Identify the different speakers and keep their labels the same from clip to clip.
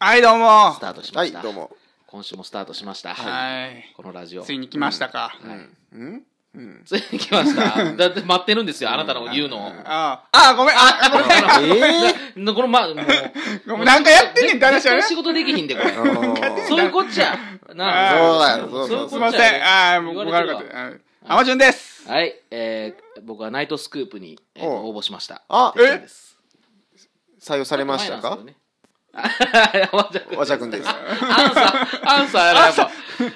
Speaker 1: はい、どうも
Speaker 2: ス。タートしま
Speaker 3: は
Speaker 2: し
Speaker 3: い、
Speaker 2: た。
Speaker 3: どうも。
Speaker 2: 今週もスタートしました。
Speaker 1: はい。
Speaker 2: このラジオ。
Speaker 1: ついに来ましたか。
Speaker 2: はい。
Speaker 3: うんうん。
Speaker 2: ついに来ました。だって待ってるんですよ、あなたの言うのを。
Speaker 1: ああ、ああ、ごめん、あごめん、
Speaker 3: え
Speaker 2: なこのま、もう。
Speaker 1: ごめん、なんかやってんねんって話はね。
Speaker 2: 絶対仕
Speaker 1: す
Speaker 2: 事できひんで、 これ。
Speaker 3: ー、あ
Speaker 2: そういうこっちゃ。な
Speaker 3: あそうだよ
Speaker 2: そういう
Speaker 3: そ
Speaker 1: いう
Speaker 2: こ
Speaker 1: ま
Speaker 2: っち
Speaker 1: せん、
Speaker 2: ゃ。
Speaker 1: ああ、もう僕悪かった。あアマジュンです。
Speaker 2: はい、えー、僕はナイトスクープに、えー
Speaker 3: おう
Speaker 2: 応募しました。
Speaker 3: あ
Speaker 2: てっちゃんです
Speaker 3: 採用されました
Speaker 2: 前
Speaker 3: か
Speaker 2: なんですけどねわちゃく
Speaker 3: 和田くんです。
Speaker 2: アンサー、アンサーやろ、やっぱ。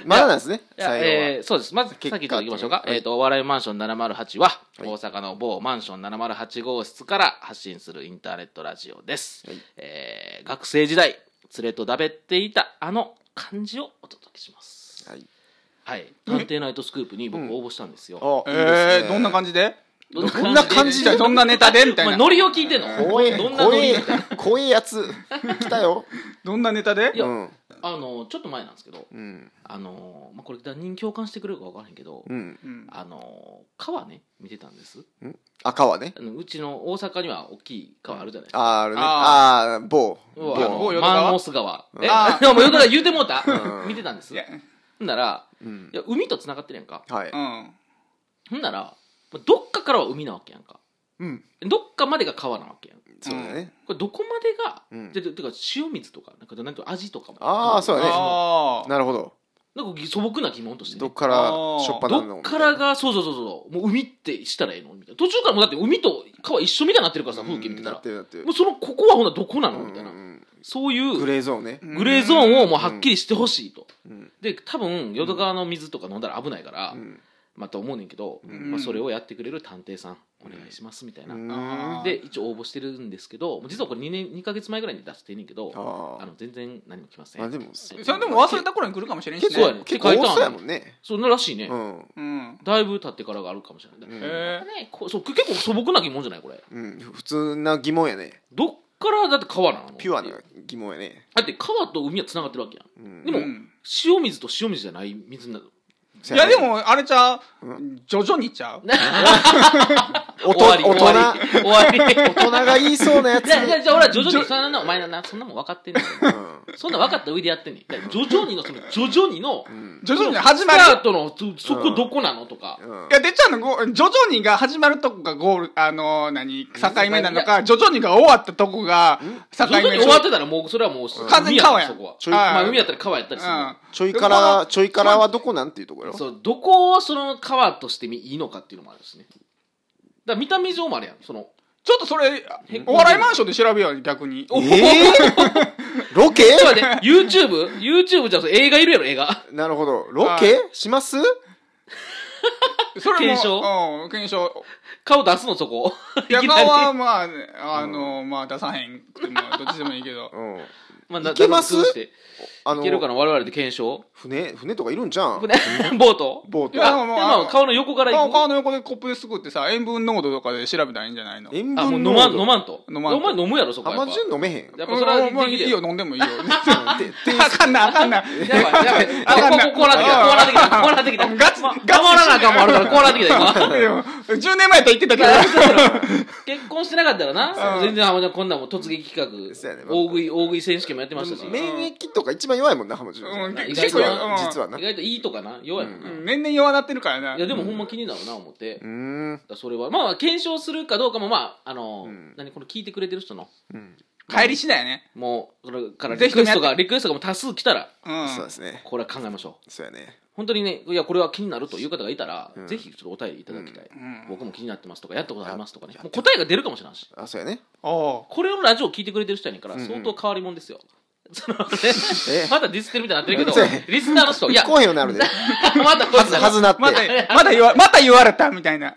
Speaker 3: まだなんですね、
Speaker 2: いや
Speaker 3: 採
Speaker 2: え
Speaker 3: 用
Speaker 2: ーそうです。まず、先
Speaker 3: 結果
Speaker 2: にいきましょうか。
Speaker 3: という
Speaker 2: えっ、と、お笑いマンション708は、
Speaker 3: い
Speaker 2: 大阪の某マンション708号室から発信するインターネットラジオです。
Speaker 3: はい
Speaker 2: えー学生時代、連れとだべっていたあの漢字をお届けします。
Speaker 3: は。はい。
Speaker 2: はい。探偵ナイトスクープに僕応募したんですよ。
Speaker 3: あ、
Speaker 1: ええ、どんな
Speaker 3: 感
Speaker 1: 感じで
Speaker 2: ど
Speaker 3: どんな感じだ
Speaker 1: どんなネタでみた
Speaker 2: お
Speaker 1: い
Speaker 2: 前、
Speaker 1: な。
Speaker 2: ノリを聞いてんの
Speaker 3: 怖え、
Speaker 2: どんなノ
Speaker 3: 怖
Speaker 2: リ
Speaker 3: え、怖えやつ。来たよ。
Speaker 1: どんなネタで
Speaker 2: いや
Speaker 3: うん。
Speaker 2: あの、ちょっと前なんですけど、
Speaker 3: うん。
Speaker 2: あの、まあ、これ何人共感してくれるか分からへんけど、
Speaker 3: うん。
Speaker 1: うん
Speaker 2: あの、川ね、見てたんです。
Speaker 3: 赤はね。
Speaker 2: あのうちの大阪には大きい川あるじゃないですか。
Speaker 3: あーあるね。
Speaker 1: あ
Speaker 3: あー、某。
Speaker 2: もう
Speaker 1: あ
Speaker 2: あ
Speaker 1: の
Speaker 3: 某。
Speaker 1: 某
Speaker 2: の
Speaker 1: 淀川
Speaker 2: マンモス川。
Speaker 3: うん
Speaker 2: え
Speaker 1: あー
Speaker 2: でも淀川言うてもうた
Speaker 3: う。ん
Speaker 2: 見てたんです
Speaker 1: い。や、。
Speaker 2: ほんなら、
Speaker 3: うん
Speaker 2: い。や海と繋がってるやんか。
Speaker 3: はいう
Speaker 1: ん。
Speaker 2: ほんなら、どっかからは海なわけやんか。
Speaker 3: うん。
Speaker 2: どっかまでが川なわけやん。こ
Speaker 3: そうだね。
Speaker 2: れどこまでが、
Speaker 3: うん
Speaker 2: ででてか塩水とか、なんかなんと味とかも。
Speaker 3: あーそうだね
Speaker 1: ああ。
Speaker 3: なるほど。
Speaker 2: なんか素朴な疑問としてね、
Speaker 3: どっから
Speaker 1: あー
Speaker 3: しょっぱなの
Speaker 2: どっからが、そうそうそうそう、もう海ってしたらええのみたいな。途中からもうだって海と川一緒みたいになってるからさ、風景見てた
Speaker 3: うんな
Speaker 2: ら
Speaker 3: っ。てるなってる
Speaker 2: もう。その、ここはほんならどこな
Speaker 3: う
Speaker 2: の
Speaker 3: ん
Speaker 2: みたいな
Speaker 3: う。ん
Speaker 2: そういうう。
Speaker 3: んグレーゾーンね。
Speaker 2: グレーゾーンをもうは
Speaker 3: う
Speaker 2: っ
Speaker 3: ん
Speaker 2: きりしてほしいと、
Speaker 3: うん
Speaker 2: で多分淀川の水とか飲んだら危ないから、
Speaker 3: うん。
Speaker 2: まあと思うねんけど、
Speaker 3: ん
Speaker 2: まあ、それをやってくれる探偵さんお願いしますみたいな、
Speaker 3: うん
Speaker 1: あー
Speaker 2: で一応応募してるんですけど実はこれ2年二ヶ月前ぐらいに出してんねんけどあ
Speaker 3: ああ
Speaker 2: の全然何も来ませ
Speaker 3: あ
Speaker 2: ん
Speaker 3: でも
Speaker 2: そ
Speaker 1: それでも忘れた頃に来るかもしれんし
Speaker 3: 結
Speaker 1: ね。
Speaker 2: そうやね
Speaker 3: 構結構多そうやもんね
Speaker 2: そんならしいね、
Speaker 3: うん
Speaker 1: うん。
Speaker 2: だいぶ経ってからがあるかもしれない、
Speaker 3: うん
Speaker 1: え
Speaker 2: ね、こそう結構素朴な疑問じゃないこれ
Speaker 3: うん普通な疑問やね
Speaker 2: どっからだって川なの
Speaker 3: ピュアな疑問やね
Speaker 2: だって川と海はつながってるわけやん
Speaker 3: うん
Speaker 2: で
Speaker 1: え。う
Speaker 2: も
Speaker 1: ん
Speaker 2: 塩水と塩水じゃない水になる
Speaker 1: いや、でも、あれちゃう
Speaker 3: う、
Speaker 1: 徐々にちゃう
Speaker 3: おと
Speaker 2: 終わり
Speaker 3: 大人
Speaker 2: 終わり終わり
Speaker 3: 大人が言いそうな やつ
Speaker 2: じゃあ、じゃあ、じゃあ俺は徐々に、そんな、お前な、そんなもん分かってんねん。
Speaker 3: うん
Speaker 2: そんな分かった上でやってんねん。だから徐々にの、その、徐々にの、
Speaker 3: うん
Speaker 1: 徐々に始まる
Speaker 2: スタートの、そそこどこなのとか。
Speaker 3: うん
Speaker 1: いや、てっちゃんのゴール、徐々にが始まるとこがゴール、あのー、何、境目なのか、徐々にが終わったとこが、境
Speaker 2: 徐
Speaker 1: 目
Speaker 2: 々に終わってたら、もう、それはもう、
Speaker 1: 完全に川や
Speaker 2: 海からそ
Speaker 3: ちょ
Speaker 2: こ
Speaker 3: い
Speaker 2: は。まあ、
Speaker 1: うん
Speaker 2: 海やったら川やったりする。
Speaker 1: うん。
Speaker 3: ちょいからちょいからはどこなんていうところ
Speaker 2: そう、どこをその川としていいのかっていうのもあるしね。だから見た目上もあるやん。その、
Speaker 1: ちょっとそれ
Speaker 2: へん、
Speaker 1: お笑いマンションで調べようよ、逆に。
Speaker 3: えーロケ
Speaker 2: ちょっと待って、YouTube?YouTube じゃん、その映画いるやろ、映画。
Speaker 3: なるほどロケします
Speaker 1: それも、
Speaker 2: 検証
Speaker 1: うん、検 証。
Speaker 2: 顔出すの、そこ。
Speaker 1: いや、
Speaker 2: きな
Speaker 1: 顔
Speaker 2: り
Speaker 1: は、まあ、あのー、まあ、出さへんくても、 どっちでもいいけど。
Speaker 3: うん
Speaker 2: まあない
Speaker 3: けます
Speaker 2: だからどうして
Speaker 3: あ
Speaker 2: いけるか
Speaker 3: の
Speaker 2: な、我々で検証。
Speaker 3: 船船とかいるんじゃ ん
Speaker 2: 船ボート
Speaker 3: ボート
Speaker 1: いや
Speaker 2: あで
Speaker 1: もうあ
Speaker 2: も
Speaker 1: の
Speaker 2: 顔の横から
Speaker 1: 顔
Speaker 2: 行く
Speaker 1: 顔の横でコップですくってさ、塩分濃度とかで調べたらいいんじゃないの
Speaker 3: 塩
Speaker 2: あもう
Speaker 3: 分
Speaker 2: 飲まん飲
Speaker 3: の
Speaker 2: まんと
Speaker 1: 飲まんと
Speaker 2: お前飲むやろそこはや
Speaker 3: 浜
Speaker 2: っぱ
Speaker 3: 順飲めへん
Speaker 2: やっぱそれは
Speaker 1: うんまあい
Speaker 2: できる
Speaker 1: い
Speaker 2: や
Speaker 1: よ、
Speaker 2: ろ
Speaker 1: 飲んでもいい よ。
Speaker 3: でで
Speaker 1: あかんな、あかんな。
Speaker 2: やばいやばい
Speaker 1: あかんな
Speaker 2: あここうなってきたこうなってきたこうなってきた
Speaker 1: ガチ
Speaker 2: まあ
Speaker 1: ガチ
Speaker 2: 頑張らなあかんもんあるからこうなってき た今
Speaker 1: でも10年前と言ってたけど。
Speaker 2: 結婚してなかったらな
Speaker 1: うん
Speaker 2: 全然浜ちゃんこんなんもう突撃企画
Speaker 3: そうやね
Speaker 2: 大食い大食い選手権もやってましたし意
Speaker 3: 免疫とか一番弱いもんな浜順
Speaker 1: うん、
Speaker 2: 意
Speaker 1: 結
Speaker 2: 外と
Speaker 1: 構、う
Speaker 2: は
Speaker 1: ん
Speaker 3: 実はな
Speaker 2: 外といいとかな弱いもん
Speaker 1: う
Speaker 2: な
Speaker 1: ん年々弱なってるからな。
Speaker 2: いやでもほんま気になるな思って
Speaker 3: うーん
Speaker 2: だからそれはまあ検証するかどうかもまああの
Speaker 3: ん
Speaker 2: 何この聞いてくれてる人の
Speaker 3: うん
Speaker 1: 帰り次第やね。
Speaker 2: もうそれから
Speaker 1: ぜ
Speaker 2: リ
Speaker 1: ひ
Speaker 2: ク
Speaker 1: と
Speaker 2: エ
Speaker 1: もやっ
Speaker 2: スト
Speaker 1: て
Speaker 2: がリクエストがもう多数来たら
Speaker 1: うん。
Speaker 3: そうですね
Speaker 2: これは考えましょう
Speaker 3: そうやね
Speaker 2: 本当にね、いや、これは気になるという方がいたら、ぜひちょっとお便りいただきたい、
Speaker 1: ん
Speaker 2: 僕も気になってますとか、やったことありますとかね。もう答えが出るかもしれないし。
Speaker 3: あそうやね
Speaker 1: おう
Speaker 2: これのラジオを聞いてくれてる人やねんから、
Speaker 3: ん
Speaker 2: 相当変わり者ですよ。そのね
Speaker 3: え、
Speaker 2: まだディスってるみたいになってる
Speaker 3: そう
Speaker 2: け
Speaker 3: や
Speaker 2: ど、リスナーの人、 いや、
Speaker 3: 来へんように なるで
Speaker 2: まだこい
Speaker 3: は
Speaker 2: つ
Speaker 3: ずはずなって
Speaker 1: また、まだ言わ、また言われたみたいな。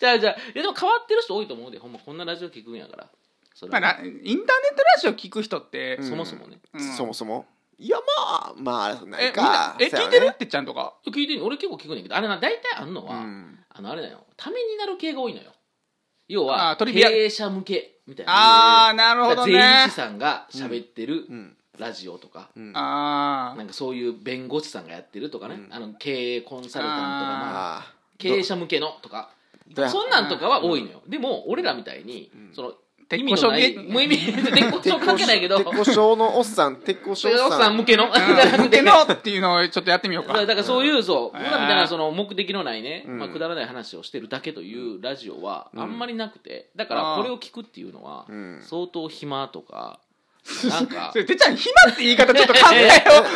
Speaker 2: じゃあじゃあ、いや、でも変わってる人多いと思うで、ほんまこんなラジオ聞くんやから。それ
Speaker 1: まあ、
Speaker 2: は
Speaker 1: なインターネットラジオ聞く人って、
Speaker 2: そもそもね。
Speaker 1: うん
Speaker 3: そもそもいやまあまあな
Speaker 1: え、みんな
Speaker 3: いか、
Speaker 1: え、
Speaker 3: そう
Speaker 1: 聞
Speaker 3: や
Speaker 1: い
Speaker 3: ね
Speaker 1: てるってっちゃんとか。
Speaker 2: 聞いてんの俺結構聞くねんけど、あれな、大体あんの
Speaker 3: う
Speaker 2: は、
Speaker 3: ん
Speaker 2: あの、あれだよ、ためになる系が多いのよ。要
Speaker 1: あ
Speaker 2: は、
Speaker 1: ー
Speaker 2: 経
Speaker 1: トリビア
Speaker 2: 営者向けみたいな。
Speaker 1: あー、なるほど
Speaker 2: 税理士
Speaker 1: ね。
Speaker 2: さんが喋ってる
Speaker 3: うん
Speaker 2: ラジオとか、
Speaker 3: うんあ
Speaker 1: あ
Speaker 2: なんかそういう弁護士さんがやってるとかね、あの経営コンサルタントとか
Speaker 1: あ
Speaker 2: まあ
Speaker 3: あ
Speaker 2: 経営者向けのとか
Speaker 3: どや
Speaker 2: そんなんとかは多いのよ、でも俺らみたいに、その
Speaker 1: 鉄工
Speaker 2: 意味の
Speaker 1: 所
Speaker 2: な
Speaker 1: 芸
Speaker 2: い無 意味鉄工所関係ないけど
Speaker 3: 鉄工所のおっさん鉄工所
Speaker 2: それお
Speaker 3: おっ
Speaker 2: っ
Speaker 3: さ
Speaker 2: さ
Speaker 3: ん
Speaker 2: ん向けの
Speaker 1: 向けのっていうのをちょっとやってみようか
Speaker 2: だから そういうそう、
Speaker 1: うん
Speaker 2: 僕らみたいなその目的のないね、
Speaker 3: うん
Speaker 2: まあ、くだらない話をしてるだけというラジオは
Speaker 3: うん
Speaker 2: あんまりなくて、だから
Speaker 1: あー
Speaker 2: これを聞くっていうのは
Speaker 3: うん
Speaker 2: 相当暇とか、なんか
Speaker 1: それてっちゃん暇って言い方ちょっと考えよ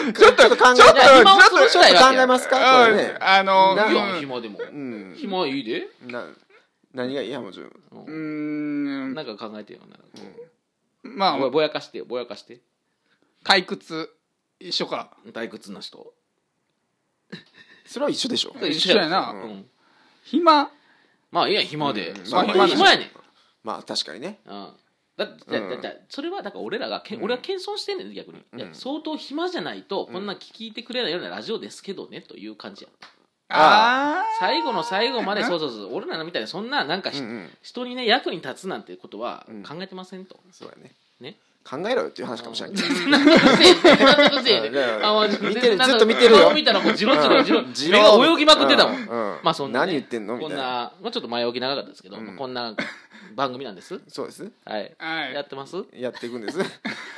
Speaker 1: うちょっと
Speaker 3: ちょっと考え
Speaker 1: ちょっと
Speaker 2: いや暇を
Speaker 1: ちょっ
Speaker 2: 潰したいわ
Speaker 3: 考
Speaker 2: けや
Speaker 3: えますかこれね
Speaker 1: うんあの
Speaker 3: な
Speaker 2: いうや
Speaker 1: ん
Speaker 2: 暇でも、
Speaker 3: うん
Speaker 2: 暇いいで、
Speaker 3: な何がいい浜潤
Speaker 2: う
Speaker 1: うんん
Speaker 2: なんか考えてよなんかこ
Speaker 1: ま
Speaker 2: うぼ
Speaker 1: あ
Speaker 2: ぼやかしてよぼやかして
Speaker 1: 退屈一緒か
Speaker 2: 退屈な人
Speaker 3: それは一緒でしょ
Speaker 1: 一緒やな
Speaker 2: うん
Speaker 1: 暇
Speaker 2: まあいいや暇で、
Speaker 3: うん
Speaker 2: まあ、
Speaker 1: まあ暇
Speaker 2: 暇
Speaker 1: でしょ
Speaker 2: やねん
Speaker 3: まあ確かにね
Speaker 2: うんだってだ
Speaker 3: うん
Speaker 2: だってそれはだから俺らがけ、
Speaker 3: うん
Speaker 2: 俺は謙遜してんねん逆に、いや
Speaker 3: うん
Speaker 2: 相当暇じゃないと
Speaker 3: うん
Speaker 2: こんな聞いてくれないようなラジオですけどねという感じや
Speaker 1: ああ
Speaker 2: 最後の最後まで
Speaker 1: うん
Speaker 2: そうそうそう俺らみたいなそんななんか
Speaker 3: う
Speaker 2: ひ、
Speaker 3: んうん
Speaker 2: 人にね役に立つなんてことは
Speaker 3: うん
Speaker 2: 考えてませんと、
Speaker 3: そうやね
Speaker 2: ね
Speaker 3: 考えろよっていう話かもしれな いけど
Speaker 2: なんでうるせえねんなんでうるせえねん
Speaker 3: いやいや
Speaker 2: あまあ
Speaker 3: 見てる
Speaker 2: 全然なんか
Speaker 3: ずっと見てるよ
Speaker 2: 顔見たらもうジロジロジロ
Speaker 3: うん
Speaker 2: 目が泳ぎまくってたもん、
Speaker 3: うう
Speaker 2: まあそんなね
Speaker 3: 何言ってんのみ
Speaker 2: こ
Speaker 3: た
Speaker 2: ん
Speaker 3: いな
Speaker 2: な、まあ、ちょっと前置き長かったですけど、
Speaker 3: うん
Speaker 2: まあこんな番組なんです
Speaker 3: そうです
Speaker 2: はい、
Speaker 1: はい
Speaker 2: やってます
Speaker 3: やっていくんです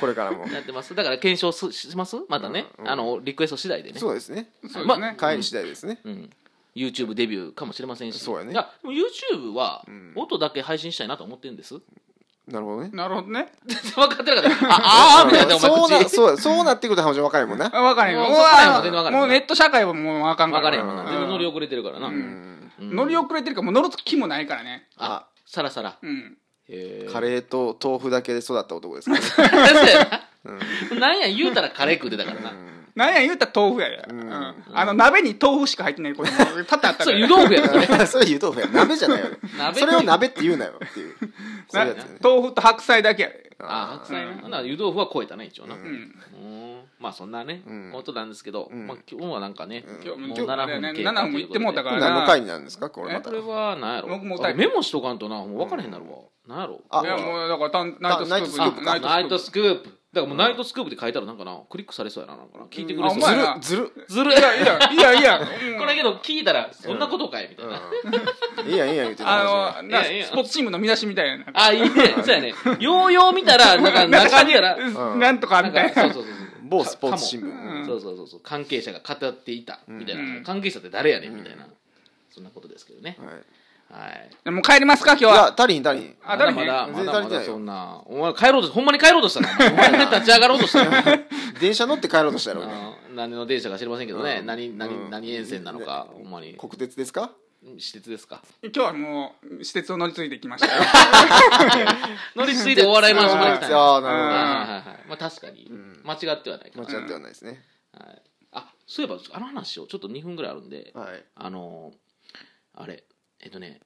Speaker 3: これからも
Speaker 2: やってますだから検証すしますまたね、
Speaker 3: うんうん
Speaker 2: あのリクエスト次第でね
Speaker 3: そうですね
Speaker 1: そうですね
Speaker 3: 会議次第ですね
Speaker 2: う、ん、YouTube デビューかもしれませんし
Speaker 3: そうやね
Speaker 2: いやでも YouTube は
Speaker 3: うん
Speaker 2: 音だけ配信したいなと思ってるんです
Speaker 3: なるほどね
Speaker 1: なるほどね
Speaker 2: 分かって なかったああーみたいなお前
Speaker 3: そうな
Speaker 2: 口
Speaker 3: そうそうなってくると浜潤分かるもんな
Speaker 1: あ分かれへん
Speaker 2: もう
Speaker 1: う
Speaker 2: そこら辺は
Speaker 1: わ
Speaker 2: 全然分かれへん
Speaker 1: もうネット社会はもうあかんか
Speaker 2: 分
Speaker 1: ら
Speaker 2: かれへんもんな
Speaker 1: うん
Speaker 2: 全部乗り遅れてるからな、
Speaker 1: う
Speaker 3: うんん
Speaker 2: うん
Speaker 1: 乗り遅れてるかもう乗る気もないからね
Speaker 2: あさらさら
Speaker 1: うん
Speaker 2: へ
Speaker 3: カ
Speaker 2: ー
Speaker 3: レーと豆腐だけで育った男ですから
Speaker 2: そうやななんや言うたらカレー食うてたからな、
Speaker 1: なんや言うたら豆腐やで、
Speaker 3: うん
Speaker 1: うんあの鍋に豆腐しか入ってない ことも多々あった
Speaker 2: そ
Speaker 1: か
Speaker 2: れ
Speaker 1: ら
Speaker 2: 湯豆腐やからね
Speaker 3: うんそれ湯豆腐や鍋じゃないよね
Speaker 2: 鍋って
Speaker 3: それを鍋って言うなよっていうそういうやつね
Speaker 1: 豆腐と白菜だけやで
Speaker 2: あー白菜なほんなら湯豆腐は超えたね一応な、
Speaker 3: う
Speaker 1: うんん
Speaker 2: うんまあそんなね、
Speaker 3: うん
Speaker 2: ことなんですけど、
Speaker 3: うん
Speaker 2: まあ、今日はなんかね、
Speaker 1: 今日
Speaker 2: も
Speaker 1: も
Speaker 2: う
Speaker 1: 今
Speaker 2: 7
Speaker 1: 日
Speaker 2: 分
Speaker 1: ね
Speaker 2: 経過
Speaker 1: 7分言ってもうた
Speaker 2: という
Speaker 1: から
Speaker 2: こ
Speaker 3: 何の
Speaker 1: な
Speaker 3: 回になるんですかこれま
Speaker 2: と
Speaker 3: た
Speaker 2: でこれは何やろ
Speaker 1: 僕も歌
Speaker 2: あ
Speaker 1: い
Speaker 2: メモしとかんとなもう分からへんなるわ、なんやろ
Speaker 3: あ
Speaker 1: いやもうだからたんナイトスクープ
Speaker 3: ナイ
Speaker 2: あ
Speaker 3: トスクー
Speaker 2: ナイ
Speaker 3: プ
Speaker 1: ク
Speaker 2: トスクープだからもうナイトスクープって書いたらなんかなクリックされそうやななんかな聞いてくれ
Speaker 1: あ
Speaker 2: そ
Speaker 1: お
Speaker 2: う
Speaker 1: 前
Speaker 2: ず
Speaker 1: な
Speaker 3: ずる
Speaker 2: るずる
Speaker 1: いやいやいやいやうん
Speaker 2: これけど 聞いたらそんなことかいみたいな、
Speaker 3: うんいいやんいいやん言って
Speaker 1: あの
Speaker 2: い
Speaker 1: な
Speaker 2: やいや
Speaker 1: スポーツチームの見出しみたいな
Speaker 2: あいいねそうやねようよう見たらなんか中見たら
Speaker 1: うんなんとかみ
Speaker 2: なん
Speaker 1: た
Speaker 2: か
Speaker 1: い
Speaker 2: そう
Speaker 1: な
Speaker 2: そうそう
Speaker 3: 某スポーツ新聞
Speaker 2: か
Speaker 1: うん
Speaker 2: そうそうそうそう関係者が語っていたみたいな、
Speaker 1: うん
Speaker 2: 関係者って誰やねんみたいな、そんなことですけどね、
Speaker 3: はい
Speaker 2: はい
Speaker 1: もう帰りますか今日
Speaker 3: い
Speaker 1: は
Speaker 3: や足りひん足りひん
Speaker 1: あ
Speaker 2: ま
Speaker 1: 誰
Speaker 2: だまだ、
Speaker 1: に
Speaker 2: ま
Speaker 3: 全然
Speaker 2: だ
Speaker 3: 足
Speaker 2: ま
Speaker 3: りてな
Speaker 2: だ
Speaker 3: いよ
Speaker 2: そんな。お前帰ろうと、ほんまに帰ろうとしたな。お前立ち上がろうとしたな。
Speaker 3: 電車乗って帰ろうとしたやろね
Speaker 2: あの何の電車か知りませんけどね。
Speaker 3: うん
Speaker 2: 何、
Speaker 3: う
Speaker 2: 何、
Speaker 3: ん
Speaker 2: 何沿線なのか、ほんまに。
Speaker 3: 国鉄ですか
Speaker 2: 私鉄ですか。
Speaker 1: 今日はもう施設を乗り継いできましたよ
Speaker 2: 乗り継いでお笑い話もできたんやは
Speaker 3: ああなる
Speaker 2: い
Speaker 3: ほ
Speaker 2: はい
Speaker 3: ど
Speaker 1: ん
Speaker 2: はいはい。まあ確かに
Speaker 3: ん。
Speaker 2: 間違ってはないか
Speaker 3: 間
Speaker 2: ら。
Speaker 3: 違ってはないですね。
Speaker 2: はいあ、そういえば、あの話をちょっと2分ぐらいあるんで、
Speaker 3: はい。
Speaker 2: あの、あれ、えっとね、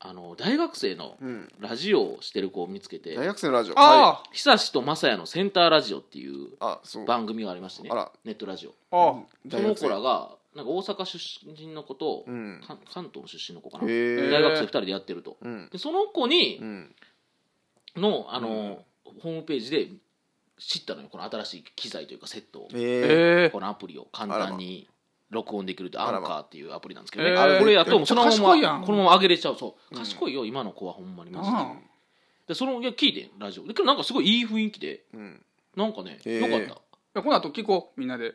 Speaker 2: あの、大学生の
Speaker 3: うん。
Speaker 2: ラジオをしてる子を見つけて
Speaker 3: 大、学生のラジオ。はい
Speaker 1: あ
Speaker 2: 久志と雅也のセンターラジオっていう
Speaker 3: あ、そう。
Speaker 2: 番組がありましてね
Speaker 3: あら。
Speaker 2: ネットラジオ。
Speaker 1: ああ
Speaker 2: そ
Speaker 3: 大
Speaker 2: の
Speaker 3: 学
Speaker 2: 子ら
Speaker 3: 生。
Speaker 2: がなんか大阪出身の子と、
Speaker 3: うん。
Speaker 2: か関東出身の子かな、
Speaker 3: へえ。
Speaker 2: 大学生2人でやってると
Speaker 3: うん。
Speaker 2: でその子に
Speaker 3: う、ん。
Speaker 2: のあの、ホームページで知ったのよこの新しい機材というかセットを、
Speaker 3: ええ。
Speaker 1: ええ
Speaker 2: このアプリを簡単に録音できるって
Speaker 3: あ
Speaker 2: ア
Speaker 3: ら
Speaker 2: ン
Speaker 3: ま
Speaker 2: カーっていうアプリなんですけど
Speaker 1: え
Speaker 2: ね、
Speaker 1: ー
Speaker 2: あれこれやと
Speaker 3: めっち
Speaker 2: そ
Speaker 3: ゃ
Speaker 2: のま
Speaker 1: 賢いや
Speaker 2: ま
Speaker 1: ん
Speaker 2: このまま上げれちゃうそう
Speaker 3: うん
Speaker 2: 賢いよ今の子はほんまにマジで,、
Speaker 1: な
Speaker 2: でそのいや聞いてんラジオでけどなんかすごいいい雰囲気で
Speaker 3: うん。
Speaker 2: なんかね、
Speaker 3: え
Speaker 2: よ
Speaker 3: ー
Speaker 2: か った
Speaker 1: あこの後聞こうみんなで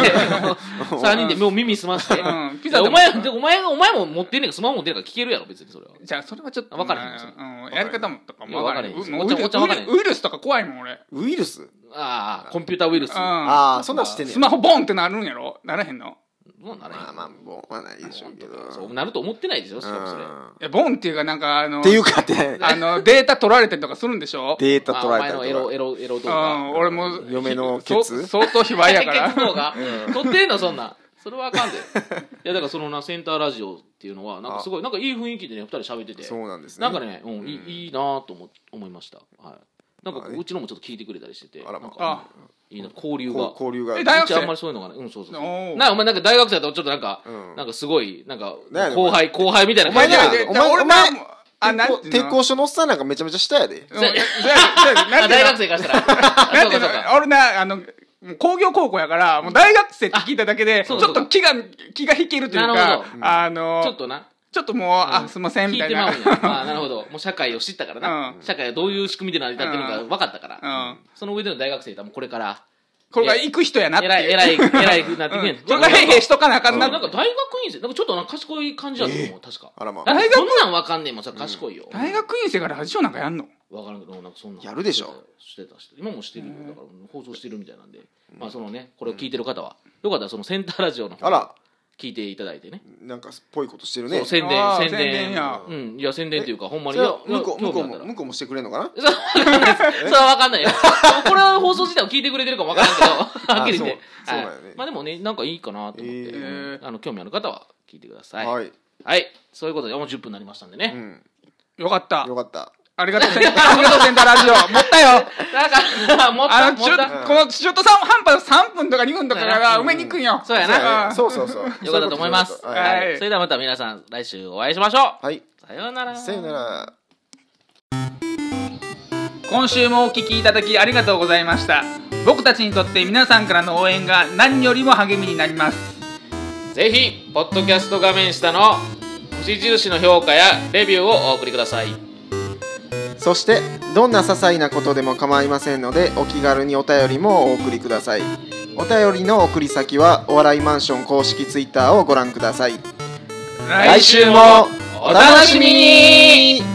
Speaker 2: 3人でもう耳澄まして、
Speaker 1: うんピ
Speaker 2: い
Speaker 1: ザ
Speaker 2: や
Speaker 1: で
Speaker 2: お
Speaker 1: も
Speaker 2: 前お前お前も持ってんねんからスマホ持ってんねんから聞けるやろ別にそれは
Speaker 1: じゃあそれはちょっと
Speaker 2: わからへんよそれ
Speaker 1: うんうんやり方もとかもわからへん
Speaker 2: いやわから
Speaker 1: もうウ
Speaker 2: へん
Speaker 1: イル
Speaker 2: お茶お茶わからへん
Speaker 1: ウイルスとか怖いもん俺
Speaker 3: ウイルス。
Speaker 2: ああコンピューターウイルス
Speaker 1: あ
Speaker 3: ああ、そんなんしてんね
Speaker 1: ス
Speaker 3: や
Speaker 1: マホボンってなるんやろならへんの
Speaker 2: どうならへん
Speaker 3: まあまあ、もうはないでしょうけど。
Speaker 2: そうなると思ってないでしょしかもそれ
Speaker 3: うん。
Speaker 1: いやボンっていうかなんかあの
Speaker 3: っていうかって、
Speaker 1: あのデータ取られたりとかするんでしょ
Speaker 3: データ
Speaker 2: あ
Speaker 3: 取
Speaker 2: お
Speaker 3: られ
Speaker 2: 前
Speaker 3: た
Speaker 2: の
Speaker 3: り
Speaker 2: エ
Speaker 3: と
Speaker 2: ロ
Speaker 3: か。
Speaker 2: エロエロ
Speaker 1: う
Speaker 2: 動画
Speaker 1: ん俺も
Speaker 3: 嫁のケ
Speaker 1: そ
Speaker 3: ツ
Speaker 1: 相当卑猥や か
Speaker 2: 解決動
Speaker 1: ら
Speaker 2: 画撮ってんのそんなんそれはあかんでいやだからそのなセンターラジオっていうのはなんかすごいなんかいい雰囲気でね二人喋ってて
Speaker 3: そうなんですね。
Speaker 2: なんかね、うん、いいいいなぁと思思いましたはいなんか
Speaker 3: まあね
Speaker 2: うちのもちょっと聞いてくれたりしてて
Speaker 3: あ
Speaker 2: な
Speaker 3: ら
Speaker 2: ん
Speaker 3: まあ
Speaker 2: かいいな交流が
Speaker 3: こう交流が。
Speaker 1: え大
Speaker 2: う
Speaker 1: 学
Speaker 2: ち
Speaker 1: 生
Speaker 2: あんまりそういうのがねうんそうそうそう
Speaker 1: おう
Speaker 2: なお前なんか大学生だとちょっとなんか、
Speaker 3: うん
Speaker 2: なんかすごいなんか
Speaker 3: なんやねん
Speaker 2: 後輩後輩みたいな
Speaker 1: お前
Speaker 2: 感
Speaker 1: ね
Speaker 2: じ
Speaker 3: いやい
Speaker 2: が
Speaker 3: や
Speaker 1: お前お
Speaker 3: お前
Speaker 1: 前もあなんていう
Speaker 3: 鉄
Speaker 1: の
Speaker 3: 工所のおっさんなんかめちゃめちゃ下やで。
Speaker 1: うん
Speaker 2: せ
Speaker 1: そうやそうやそうや
Speaker 2: あ
Speaker 1: なんてい
Speaker 2: 大
Speaker 1: うの
Speaker 2: 学生からしたらあ
Speaker 1: な
Speaker 2: そ
Speaker 1: ん
Speaker 2: う
Speaker 1: ていう
Speaker 2: かそ
Speaker 1: の
Speaker 2: うか
Speaker 1: 俺なあのもう工業高校やからもう大学生って聞いただけでち
Speaker 2: そ
Speaker 1: ょ
Speaker 2: う
Speaker 1: っ
Speaker 2: かそうか
Speaker 1: と気が気が引けるという
Speaker 2: なるほ
Speaker 1: か
Speaker 2: ど
Speaker 1: あ
Speaker 2: ちょっ
Speaker 1: の
Speaker 2: とな
Speaker 1: ちょっともう、
Speaker 2: うん
Speaker 1: あ、すいません、み
Speaker 2: 聞
Speaker 1: たい
Speaker 2: いてま
Speaker 1: な
Speaker 2: うん。や。ああ、なるほど。もう社会を知ったからな。
Speaker 1: うん
Speaker 2: 社会がどういう仕組みで成り立ってるのか分かったか ら。
Speaker 1: うん
Speaker 2: その上での大学生だもうこれから、
Speaker 1: これが行く人やなっていう。
Speaker 2: 偉い、偉い、偉いなってく
Speaker 1: う
Speaker 2: れ
Speaker 1: ん。それがへいへいしとかなあかんな
Speaker 2: な
Speaker 1: って。
Speaker 2: んか大学院生、なんかちょっとなんか賢い感じだと思う、確か。
Speaker 3: あらま
Speaker 2: だ
Speaker 3: あ。
Speaker 2: ってそんなん分かんねえもん、さ、賢いよ。
Speaker 1: 大学院生からラジオなんかやんの
Speaker 2: 分からんけど、なんかそんなん。
Speaker 3: やるでしょ。
Speaker 2: してた、してた。今もしてるよ。だから放送してるみたいなんで。まあそのね、これを聞いてる方は、よかったらそのセンターラジオの方
Speaker 3: あら、
Speaker 2: 聞いていただいてね。
Speaker 3: なんかっぽいことしてる
Speaker 2: そ
Speaker 3: ね
Speaker 2: う、。宣
Speaker 1: あ
Speaker 2: 伝、
Speaker 1: ー
Speaker 2: 宣
Speaker 1: 宣伝や
Speaker 2: 伝。うん、いや、宣伝っていうか、ほんま
Speaker 3: そ
Speaker 2: に。い
Speaker 3: れ
Speaker 2: や
Speaker 3: は向こう、向
Speaker 2: い
Speaker 3: こう。
Speaker 2: や興味あった
Speaker 3: も、
Speaker 2: ら
Speaker 3: 向こうもしてくれんのかな
Speaker 2: それは分かんないですそれは分かんないよ。これは放送自体を聞いてくれてるかも分からん けど、はっきり言って。
Speaker 3: そう
Speaker 2: はい
Speaker 3: そうだよね
Speaker 2: まあでもね、なんかいいかなと思って、
Speaker 3: え
Speaker 1: ー
Speaker 2: うんあの興味ある方は聞いてください。
Speaker 3: はい。
Speaker 2: はい。そういうことで、もう10分になりましたんで
Speaker 3: う
Speaker 2: ね。
Speaker 3: ん。
Speaker 1: よかった
Speaker 3: よ。かった。
Speaker 1: ありがとう、センター、ありがとう、センターラジオ。持ったよ。
Speaker 2: なんか、もった
Speaker 1: あ
Speaker 2: い
Speaker 1: の、
Speaker 2: もっ
Speaker 1: 中
Speaker 2: た。
Speaker 1: この中途半端の3分とか2分とかが埋めにくいよ。
Speaker 2: そうやな
Speaker 1: あー
Speaker 3: そうそうそう。
Speaker 2: よかったと思います。
Speaker 3: そううこと
Speaker 2: は
Speaker 3: はい
Speaker 2: い
Speaker 1: はい
Speaker 2: それではまた皆さん、来週お会いしましょ
Speaker 3: はい。
Speaker 2: う。さようなら。
Speaker 3: さよなら。
Speaker 1: 今週もお聞きいただきありがとうございました僕たちにとって皆さんからの応援が何よりも励みになります
Speaker 2: ぜひ、ポッドキャスト画面下の星印の評価やレビューをお送りください。
Speaker 3: そしてどんな些細なことでも構いませんのでお気軽にお便りもお送りくださいお便りの送り先はお笑いマンション公式ツイッターをご覧ください
Speaker 2: 来週もお楽しみに